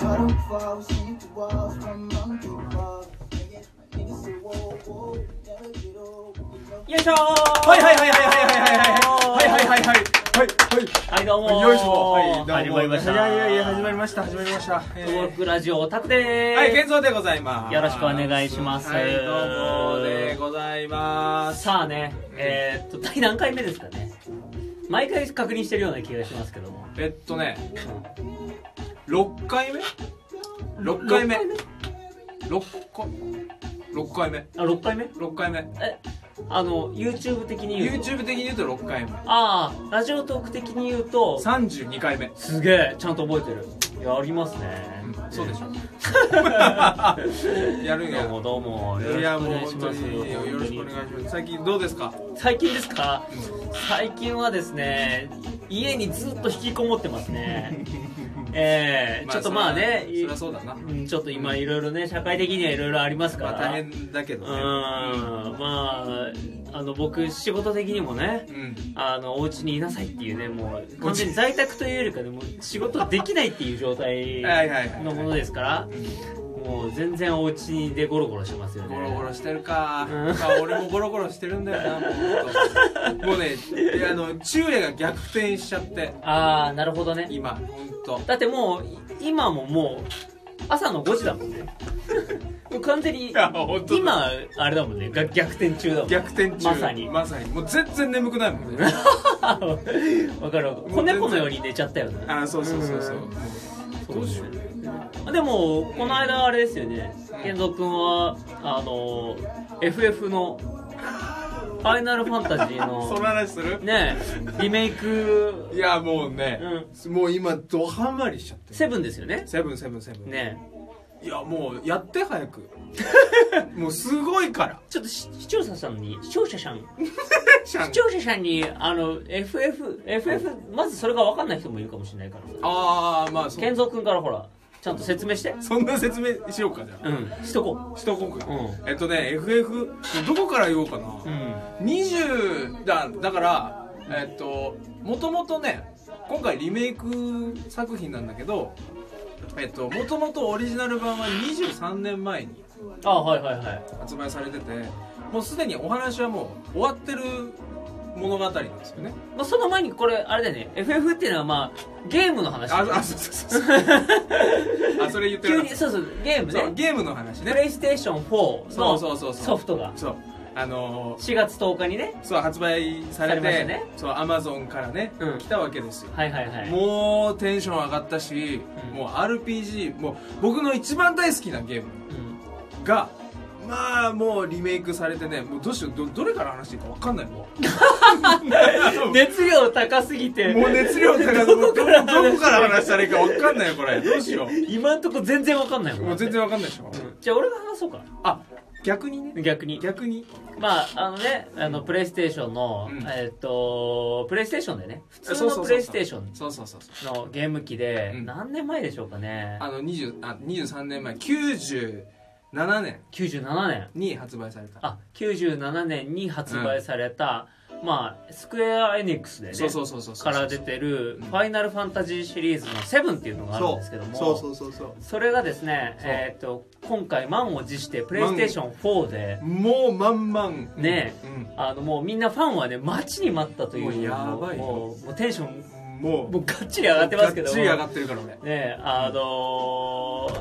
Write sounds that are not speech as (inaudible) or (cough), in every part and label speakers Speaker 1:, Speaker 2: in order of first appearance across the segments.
Speaker 1: fall, singing to walls from mountain to fall. Niggas, my niggas say, whoa, whoa, never get old. You know
Speaker 2: よいしょー
Speaker 3: はいはいはいはいはいはいはいはいはいはいはいはい
Speaker 2: はいどうもー
Speaker 3: よいしょはいどうも
Speaker 2: 始まりました
Speaker 3: いやいやいや始まりました始まりました、え
Speaker 2: ト
Speaker 3: ー
Speaker 2: ークラジオタクでーす
Speaker 3: はい健三でございます
Speaker 2: よろしくお願いします
Speaker 3: はいどうもでございます
Speaker 2: さあねえー、っと第何回目ですかね毎回確認してるような気がしますけども
Speaker 3: えっとね6回目6回目6回6回目
Speaker 2: あ6回目
Speaker 3: 6回目
Speaker 2: えあの YouTube 的に言うと
Speaker 3: YouTube 的に言うと6回目
Speaker 2: ああラジオトーク的に言うと
Speaker 3: 32回目
Speaker 2: すげえちゃんと覚えてるやりますね、
Speaker 3: うんそう
Speaker 2: (laughs)
Speaker 3: でしょ
Speaker 2: ょ
Speaker 3: やるんや
Speaker 2: どうもどうもよ
Speaker 3: いやもう
Speaker 2: ろし
Speaker 3: 本
Speaker 2: くお願いしま
Speaker 3: 当
Speaker 2: す
Speaker 3: によろしくお願いします最近どうですか
Speaker 2: 最近ですか、最近はですね家にずっと引きこもってますね
Speaker 3: (laughs)
Speaker 2: ええちょっとまあね
Speaker 3: そりゃそりゃそうだな
Speaker 2: うんちょっと今いろいろね社会的にはいろいろありますから、
Speaker 3: まあ大変だけ
Speaker 2: う
Speaker 3: ど
Speaker 2: ん
Speaker 3: ね
Speaker 2: まああの僕仕事的にもね
Speaker 3: うん
Speaker 2: あのお家にいなさいっていうねもう完全に在宅というよりかねもう仕事できないっていう状態
Speaker 3: はいはいはい
Speaker 2: のものですからもう全然お家でゴロゴロしてますよね
Speaker 3: ゴロゴロしてるか、
Speaker 2: うん
Speaker 3: まあ俺もゴロゴロしてるんだよなもうほんともうねいやあの昼夜が逆転しちゃって
Speaker 2: ああなるほどね
Speaker 3: 今本当
Speaker 2: だってもうい今ももう朝の5時だもんねもう完全に
Speaker 3: や本当だ
Speaker 2: 今あれだもんねが逆転中だもん
Speaker 3: 逆転中
Speaker 2: まさにわ
Speaker 3: まさにもう全然眠くない
Speaker 2: (laughs)
Speaker 3: もんね
Speaker 2: かるわかる子猫のように寝ちゃったよね
Speaker 3: あそうそうそうそう、
Speaker 2: どうしようでもこの間あれですよね
Speaker 3: うん
Speaker 2: 健三君はあの FF の「ファイナルファンタジーの」
Speaker 3: (laughs) その話する
Speaker 2: ねえリメイク
Speaker 3: いやもうね、もう今ドハマりしちゃってる
Speaker 2: セブンですよね
Speaker 3: セブンセブンセブン
Speaker 2: ね
Speaker 3: いやもうやって
Speaker 2: (laughs)
Speaker 3: 早くもうすごいから
Speaker 2: えちょっとし視聴者さんに視聴者さん
Speaker 3: シャン
Speaker 2: 視聴者さんにあの FF, FF まずそれが分かんない人もいるかもしれないからさ
Speaker 3: ああまあそ
Speaker 2: 健三君からほらちゃんと説明して
Speaker 3: そんな説明しようかじゃあ
Speaker 2: うんしとこ
Speaker 3: しとこうか、
Speaker 2: うん
Speaker 3: えっとね FF どこから言おうかな、
Speaker 2: ううん
Speaker 3: 20だだからえっともともとね今回リメイク作品なんだけどえっともともとオリジナル版は23年前に
Speaker 2: あはいはいはい
Speaker 3: 発売されててもうすでにお話はもう終わってる物語なんですよね
Speaker 2: まあ、その前にこれあれだよね FF っていうのはまあゲームの話
Speaker 3: ああそうそうそうそうあそれ言っ
Speaker 2: (laughs)
Speaker 3: て
Speaker 2: 急
Speaker 3: る
Speaker 2: にそうそうゲーム
Speaker 3: そう
Speaker 2: ね
Speaker 3: ゲームの話
Speaker 2: プ
Speaker 3: ね
Speaker 2: レイステーション4
Speaker 3: そ
Speaker 2: の
Speaker 3: うそうそうそう
Speaker 2: ソフトが
Speaker 3: そうあのー
Speaker 2: 4月10日にね
Speaker 3: そう発売され
Speaker 2: されましてたね
Speaker 3: そうアマゾンからね、
Speaker 2: うん
Speaker 3: 来たわけですよ
Speaker 2: はいはいはい
Speaker 3: もうテンション上がったし、
Speaker 2: うん
Speaker 3: もう RPG もう僕の一番大好きなゲーム
Speaker 2: うん
Speaker 3: がまあもうリメイクされてねもうどうしようどどれから話していいか分かん
Speaker 2: (laughs)
Speaker 3: ないもう
Speaker 2: 熱量高すぎて
Speaker 3: もう熱量高くど
Speaker 2: (laughs) どこ
Speaker 3: こ
Speaker 2: から話していい
Speaker 3: どこから話したらいいか分かんないよこれどうしよ
Speaker 2: 今んとこ全然わかんないうもん
Speaker 3: もう全然分かんないでしょ、
Speaker 2: うんじゃあ俺が話そうか
Speaker 3: あ逆にね
Speaker 2: 逆に
Speaker 3: 逆に
Speaker 2: まああのねあのプレイステーションの、
Speaker 3: うん
Speaker 2: えーっとプレイステーションでね普通
Speaker 3: そうそ
Speaker 2: の
Speaker 3: うそうそう
Speaker 2: プレイステーション
Speaker 3: そうそうそうそう
Speaker 2: のゲーム機で、
Speaker 3: うん
Speaker 2: 何年前でしょうかね
Speaker 3: あの20あ23年前97年
Speaker 2: 97年
Speaker 3: に発売された
Speaker 2: あ97年に発売された、まあスクエア・エニックスでね
Speaker 3: そうそうそうそうそう
Speaker 2: から出てる
Speaker 3: うん
Speaker 2: 「ファイナルファンタジー」シリーズの「セブンっていうのがあるんですけども
Speaker 3: そうそうそうそう
Speaker 2: それがですね、
Speaker 3: そう
Speaker 2: えーっと今回満を持してプレイステーション4で
Speaker 3: もうまんまん
Speaker 2: ね
Speaker 3: うん
Speaker 2: あのもうみんなファンはね待ちに待ったという
Speaker 3: もうやばいよ
Speaker 2: もうもうテンション
Speaker 3: もう
Speaker 2: もうがっちり上がってますけど
Speaker 3: がっ
Speaker 2: も
Speaker 3: ちり上がってるから俺
Speaker 2: ねあの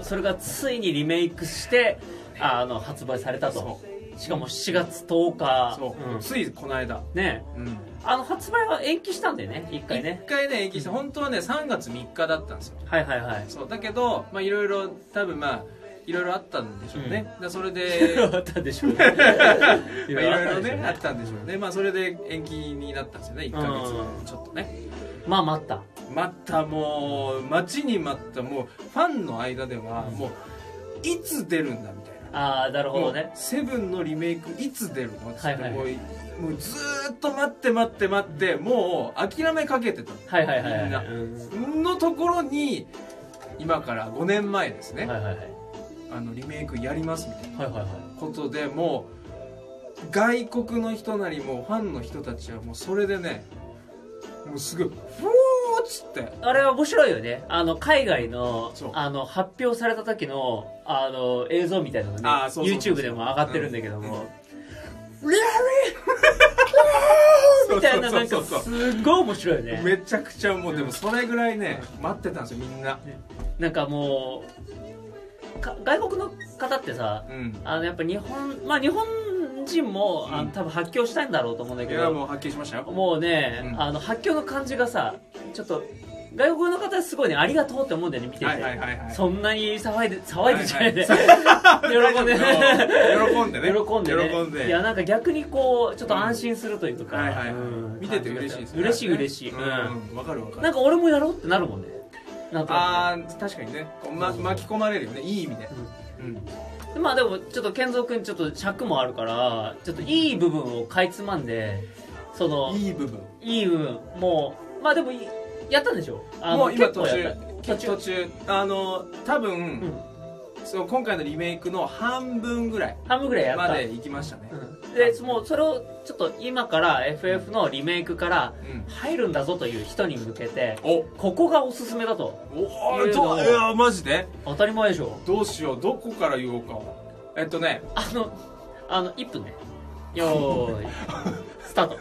Speaker 2: ーそれがついにリメイクしてあの発売されたと
Speaker 3: そ
Speaker 2: しかも7月10日
Speaker 3: そう、
Speaker 2: うん
Speaker 3: ついこの間
Speaker 2: ね
Speaker 3: うん
Speaker 2: あの発売は延期したんだよね一回ね
Speaker 3: 一回ね延期して本当はね3月3日だったんですよ
Speaker 2: はいはいはい
Speaker 3: そうだけどまあいろいろ多分まあいろいろあったんでしょうね、でそれ
Speaker 2: いろい
Speaker 3: (laughs) で
Speaker 2: ろあったでしょうね
Speaker 3: まあいろいろねあったんでしょうねまあそれで延期になったんですよね1ヶ月
Speaker 2: うん
Speaker 3: ちょっとね
Speaker 2: まあ待った
Speaker 3: またもう待ちに待ったもうファンの間ではもういつ出るんだみたいな
Speaker 2: ああなるほどね
Speaker 3: もうセブンのリメイクいつ出るの?」っつって、
Speaker 2: はいはい
Speaker 3: もうもうずーっと待って待って待ってもう諦めかけてた
Speaker 2: はいはいはいはい
Speaker 3: みんな
Speaker 2: うん
Speaker 3: のところに今から5年前ですね、
Speaker 2: はいはいはい
Speaker 3: あのリメイクやりますみたい
Speaker 2: はいはいはい
Speaker 3: なことでもう外国の人なりもうファンの人たちはもうそれでねもうすごいふーっつって
Speaker 2: あれは面白いよねあの海外の
Speaker 3: そう
Speaker 2: あの発表された時のあの映像みたいなのが、
Speaker 3: あー
Speaker 2: ね、
Speaker 3: そうそうそう
Speaker 2: YouTube でも上がってるんだけども「レアリー!」みたいななん
Speaker 3: そ
Speaker 2: か
Speaker 3: うそうそう
Speaker 2: すっごい面白いよね
Speaker 3: めちゃくちゃもうでもそれぐらいね待ってたんですよみんな
Speaker 2: なんかもうか外国の方ってさ
Speaker 3: うん
Speaker 2: あのやっぱ日本まあ日本人もあの多分発狂したいんだろうと思うんだ
Speaker 3: い
Speaker 2: け
Speaker 3: や
Speaker 2: ど
Speaker 3: もう発見しましたよ
Speaker 2: もうね、
Speaker 3: うん
Speaker 2: あの発狂の感じがさちょっと外国の方すごいねありがとうって思うんだよね見てて、
Speaker 3: はいはいはいはい
Speaker 2: そんなに騒いで騒いでじゃないで、
Speaker 3: は
Speaker 2: 喜んで
Speaker 3: 喜んでね
Speaker 2: 喜んでね
Speaker 3: 喜んで
Speaker 2: いやなんか逆にこうちょっと安心するというか、
Speaker 3: はいはいはい
Speaker 2: うん
Speaker 3: 見てて嬉しいですね
Speaker 2: 嬉しい嬉しい、う
Speaker 3: う
Speaker 2: んん
Speaker 3: うんわかるわか
Speaker 2: な
Speaker 3: る
Speaker 2: んか俺もやろうってなるもんねなんか
Speaker 3: あー確かにねこうま巻き込まれるよねいい意味でうん
Speaker 2: まあでもちょっと健三君ちょっと尺もあるからちょっといい部分をかいつまんでその
Speaker 3: いい部分
Speaker 2: いい部分もうまあでもいいやったんでしょあの
Speaker 3: もう今
Speaker 2: 結
Speaker 3: 途
Speaker 2: 構
Speaker 3: 中
Speaker 2: やった
Speaker 3: 途中途中あの多
Speaker 2: う
Speaker 3: 分
Speaker 2: ん
Speaker 3: その今回のリメイクの半分ぐらい
Speaker 2: 半分ぐらいやった
Speaker 3: まで行きましたね
Speaker 2: うんでもうそれをちょっと今から FF のリメイクから
Speaker 3: うん
Speaker 2: 入るんだぞという人に向けて
Speaker 3: お
Speaker 2: ここがおすすめだと
Speaker 3: お
Speaker 2: い
Speaker 3: ー
Speaker 2: うの
Speaker 3: ど
Speaker 2: を
Speaker 3: ういやマジで
Speaker 2: 当たり前でしょ
Speaker 3: どうしようどこから言おうかえっとね
Speaker 2: あのあの1分ねよー
Speaker 3: (laughs)
Speaker 2: いスタート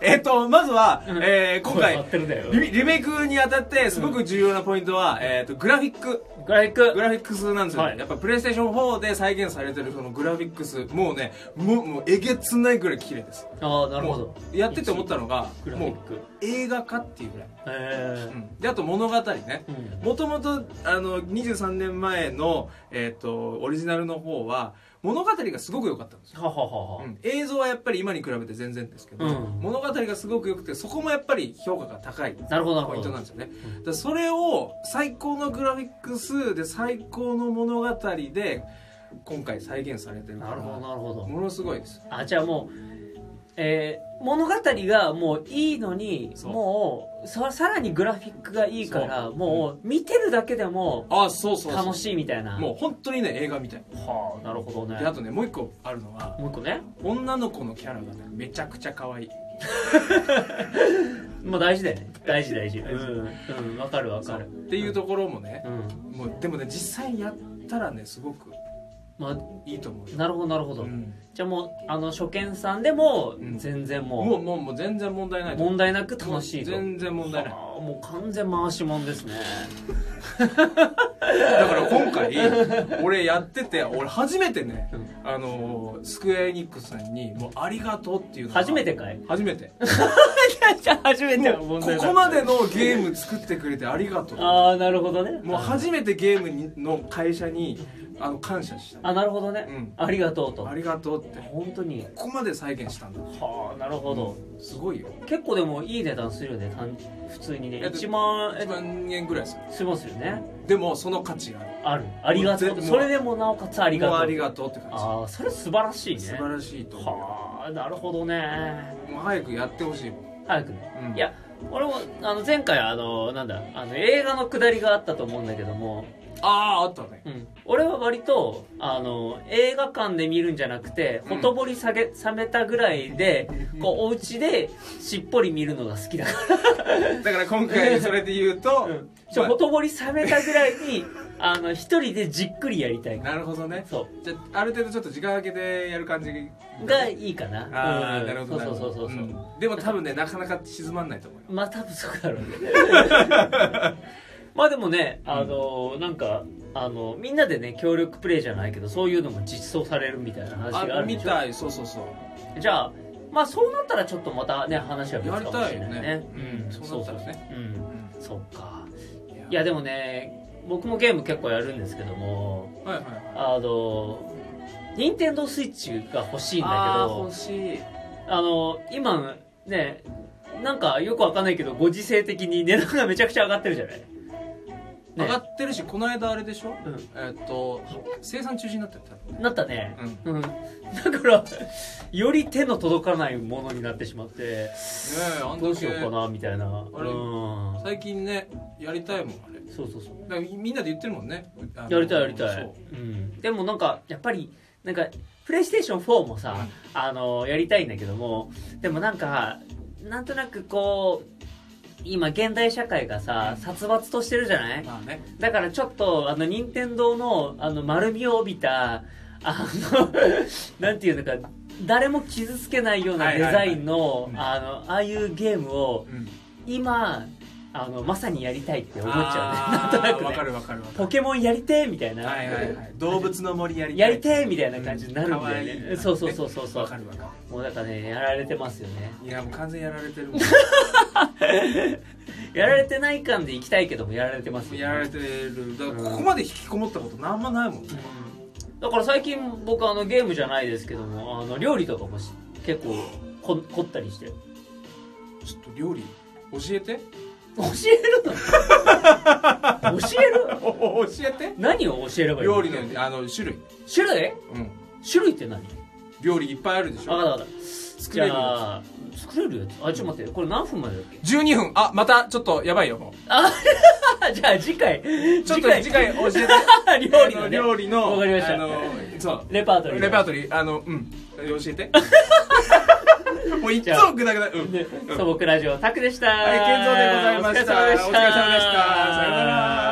Speaker 3: えっとまずは
Speaker 2: うん
Speaker 3: えー
Speaker 2: (laughs)
Speaker 3: 今
Speaker 2: こ
Speaker 3: 回
Speaker 2: うやってるんだよ
Speaker 3: リメリメイクにあたってすごく重要なポイントは、えっとグラフィック
Speaker 2: グラフィック
Speaker 3: グラフィックスなんですよ、ね
Speaker 2: はい
Speaker 3: やっぱプレイステーション4で再現されてるそのグラフィックスもうねもうもうえげつないぐらい綺麗です
Speaker 2: ああなるほど
Speaker 3: もうやってて思ったのが
Speaker 2: グラフ
Speaker 3: も
Speaker 2: ィ
Speaker 3: う
Speaker 2: ック
Speaker 3: 映画化っていうぐらい、
Speaker 2: え
Speaker 3: うんであと物語ね
Speaker 2: えうん
Speaker 3: もともとあの23年前の、えっとオリジナルの方は物語がすごく良かったんですよ、
Speaker 2: はははは
Speaker 3: うん映像はやっぱり今に比べて全然ですけど、
Speaker 2: うん
Speaker 3: 物語がすごく良くてそこもやっぱり評価が高い
Speaker 2: なるほどな
Speaker 3: ポイ
Speaker 2: るほ
Speaker 3: ント
Speaker 2: ど
Speaker 3: なんですよね、だからそれを最高のグラフィックスで最高の物語で今回再現されてるか
Speaker 2: な
Speaker 3: ら
Speaker 2: るほどなるほど
Speaker 3: ものすごいです
Speaker 2: あじゃあもう、えー物語がもういいのに
Speaker 3: そう
Speaker 2: もうささらにグラフィックがいいから
Speaker 3: そう
Speaker 2: もう見てるだけでも
Speaker 3: あそうそうそう
Speaker 2: 楽しいみたいな
Speaker 3: もう本当にね映画みたい
Speaker 2: はあなるほどね
Speaker 3: であとねもう一個あるのは
Speaker 2: もう一個ね
Speaker 3: 女の子のキャラがねめちゃくちゃ可愛い
Speaker 2: まあ大事だよね大事大事うんうんわかるわかる
Speaker 3: っていうところもね、
Speaker 2: うん
Speaker 3: もうでもね実際にやったらねすごく
Speaker 2: まあ
Speaker 3: いいと思うよ
Speaker 2: なるほどなるほど、
Speaker 3: うん
Speaker 2: じゃあもうあの初見さんでも
Speaker 3: うん
Speaker 2: 全然
Speaker 3: も
Speaker 2: も
Speaker 3: うもうもう全然問題な
Speaker 2: う
Speaker 3: いと思う
Speaker 2: 問題なく楽しいと
Speaker 3: 全然問題ない
Speaker 2: はあもう完全回しもんですね
Speaker 3: だから今
Speaker 2: (laughs)
Speaker 3: 回俺やってて俺初めてね
Speaker 2: うん
Speaker 3: あのースクエアエニックスさんにもうありがとうっていうのが
Speaker 2: 初めてかい
Speaker 3: 初めて
Speaker 2: じゃあ初めては
Speaker 3: こ
Speaker 2: 問題ない
Speaker 3: こまでのゲーム作ってくれてありがとう
Speaker 2: ああなるほどね
Speaker 3: もう初めてゲームにの会社にあの感謝した
Speaker 2: あなるほどね、
Speaker 3: うん
Speaker 2: ありがとうと
Speaker 3: ありがとうって
Speaker 2: 本当に
Speaker 3: ここまで再現したんだ
Speaker 2: はあなるほど、
Speaker 3: すごいよ
Speaker 2: 結構でもいい値段するよね単普通にね
Speaker 3: えっと
Speaker 2: 1万
Speaker 3: 1万円ぐらいする
Speaker 2: えしますよね
Speaker 3: でもその価値が
Speaker 2: あ
Speaker 3: ある
Speaker 2: るありがと
Speaker 3: もう
Speaker 2: う
Speaker 3: 全
Speaker 2: それでもなおかつありがと
Speaker 3: も
Speaker 2: う
Speaker 3: うありがとうって感じ
Speaker 2: ああそれ素晴らしいね
Speaker 3: 素晴らしいと思う
Speaker 2: はあなるほどね
Speaker 3: もう早くやってほしいもん
Speaker 2: 早くね、
Speaker 3: うん
Speaker 2: いや俺もあの前回あのなんだあの映画のくだりがあったと思うんだけども、
Speaker 3: あああったね
Speaker 2: うん、俺は割とあの映画館で見るんじゃなくて
Speaker 3: うん
Speaker 2: ほとぼり下げ冷めたぐらいで、こうお家でしっぽり見るのが好きだから
Speaker 3: だから今回それで言う (laughs) と、
Speaker 2: ちょ
Speaker 3: まあ
Speaker 2: ほとぼり冷めたぐらいにあの一人でじっくりやりたい
Speaker 3: なるほどね
Speaker 2: そ
Speaker 3: じゃあある程度ちょっと時間空けてやる感じ
Speaker 2: うがいいかな
Speaker 3: ああ、
Speaker 2: うん
Speaker 3: なるほどな
Speaker 2: そ
Speaker 3: る
Speaker 2: うそ
Speaker 3: ほ
Speaker 2: うそ
Speaker 3: ど
Speaker 2: うそう、
Speaker 3: うんでも多分ねなかなか静まんないと思うよ
Speaker 2: まあ多分そうだろうねまあでもねあの、なんかあのみんなでね協力プレイじゃないけどそういうのも実装されるみたいな話があ
Speaker 3: あ
Speaker 2: るん
Speaker 3: 見
Speaker 2: でしょ
Speaker 3: たいそうそうそう
Speaker 2: じゃあまあそうなったらちょっとまたね話は別かもしれないね
Speaker 3: やりたいよね
Speaker 2: うん、
Speaker 3: そうなったらね
Speaker 2: そうそうそううんそっかいや
Speaker 3: で
Speaker 2: でもね僕もゲーム結構やるんですけども
Speaker 3: はいはいはい
Speaker 2: あの任天堂スイッチが欲しいんだけど
Speaker 3: あー
Speaker 2: あ
Speaker 3: 欲しい
Speaker 2: の今ねなんかよくわかんないけどご時世的に値段がめちゃくちゃ上がってるじゃない、ね
Speaker 3: 上がってるしこの間あれでしょ
Speaker 2: うん
Speaker 3: えーっと生産中止になってたよね
Speaker 2: なったね
Speaker 3: うん
Speaker 2: うん、だからより手の届かないものになってしまって
Speaker 3: えあん
Speaker 2: どう
Speaker 3: だ
Speaker 2: しようか
Speaker 3: け
Speaker 2: なみたいなうん
Speaker 3: れ最近ねやりたいもんあれ
Speaker 2: そうそうそう
Speaker 3: だからみみんなで言ってるもんねあの
Speaker 2: やりたいやりたい
Speaker 3: そう
Speaker 2: う、ん、でもなんかやっぱりなんかプレイステーション4もさあのやりたいんだけどもでもなんかなんとなくこう今現代社会がさ殺伐としてるじゃない
Speaker 3: まあね
Speaker 2: だからちょっとあの任天堂のあの丸みを帯びたあの (laughs) なんていうのか誰も傷つけないようなデザインの
Speaker 3: はい
Speaker 2: あのああいうゲームを
Speaker 3: うん
Speaker 2: 今あのまさにやりたいって思っちゃ
Speaker 3: あ
Speaker 2: うね
Speaker 3: ー
Speaker 2: なんとな
Speaker 3: わ
Speaker 2: く
Speaker 3: か
Speaker 2: ね
Speaker 3: るわかるわか
Speaker 2: ポケモンやりてえみたいな、
Speaker 3: るはいはいはい動物の森やりた
Speaker 2: や
Speaker 3: い
Speaker 2: りてえみたいな感じになるんだよね、
Speaker 3: うん可愛い
Speaker 2: そうそうそうそうそう
Speaker 3: わかるわか
Speaker 2: もうだからねやられてますよね
Speaker 3: るいやもう完全やられてるもん (laughs)
Speaker 2: やられてない感で行きたいけどもやられてますよね
Speaker 3: やられてるだからここまで引きこもったことなんもないもん
Speaker 2: だから最近僕あのゲームじゃないですけどもあの料理とかもし結構こ凝ったりしてる
Speaker 3: ちょっと料理教えて
Speaker 2: 教えるの教える
Speaker 3: 教えて
Speaker 2: 何を教えればいい
Speaker 3: 料理のあの種類
Speaker 2: 種類
Speaker 3: うん
Speaker 2: 種類って何
Speaker 3: 料理いっぱいあるでし
Speaker 2: あ
Speaker 3: ょ
Speaker 2: わかったわかっ
Speaker 3: 作
Speaker 2: たじ
Speaker 3: れる
Speaker 2: ゃあ作れるやつあちょっと待ってこれ何分までだっけ
Speaker 3: 12分あまたちょっとやばいよも
Speaker 2: あ (laughs) じゃあ次回
Speaker 3: うちょっと次回教えて
Speaker 2: (laughs) 料理の、ね、
Speaker 3: 料理の
Speaker 2: わかりました
Speaker 3: あのそう
Speaker 2: レパートリー
Speaker 3: レパートリーあのうん教
Speaker 2: (laughs)
Speaker 3: えてもういっつもグダグダうん
Speaker 2: で
Speaker 3: うん
Speaker 2: 素朴ラジオタクでした
Speaker 3: はい、健三でございました。お疲れ様でした。さようなら。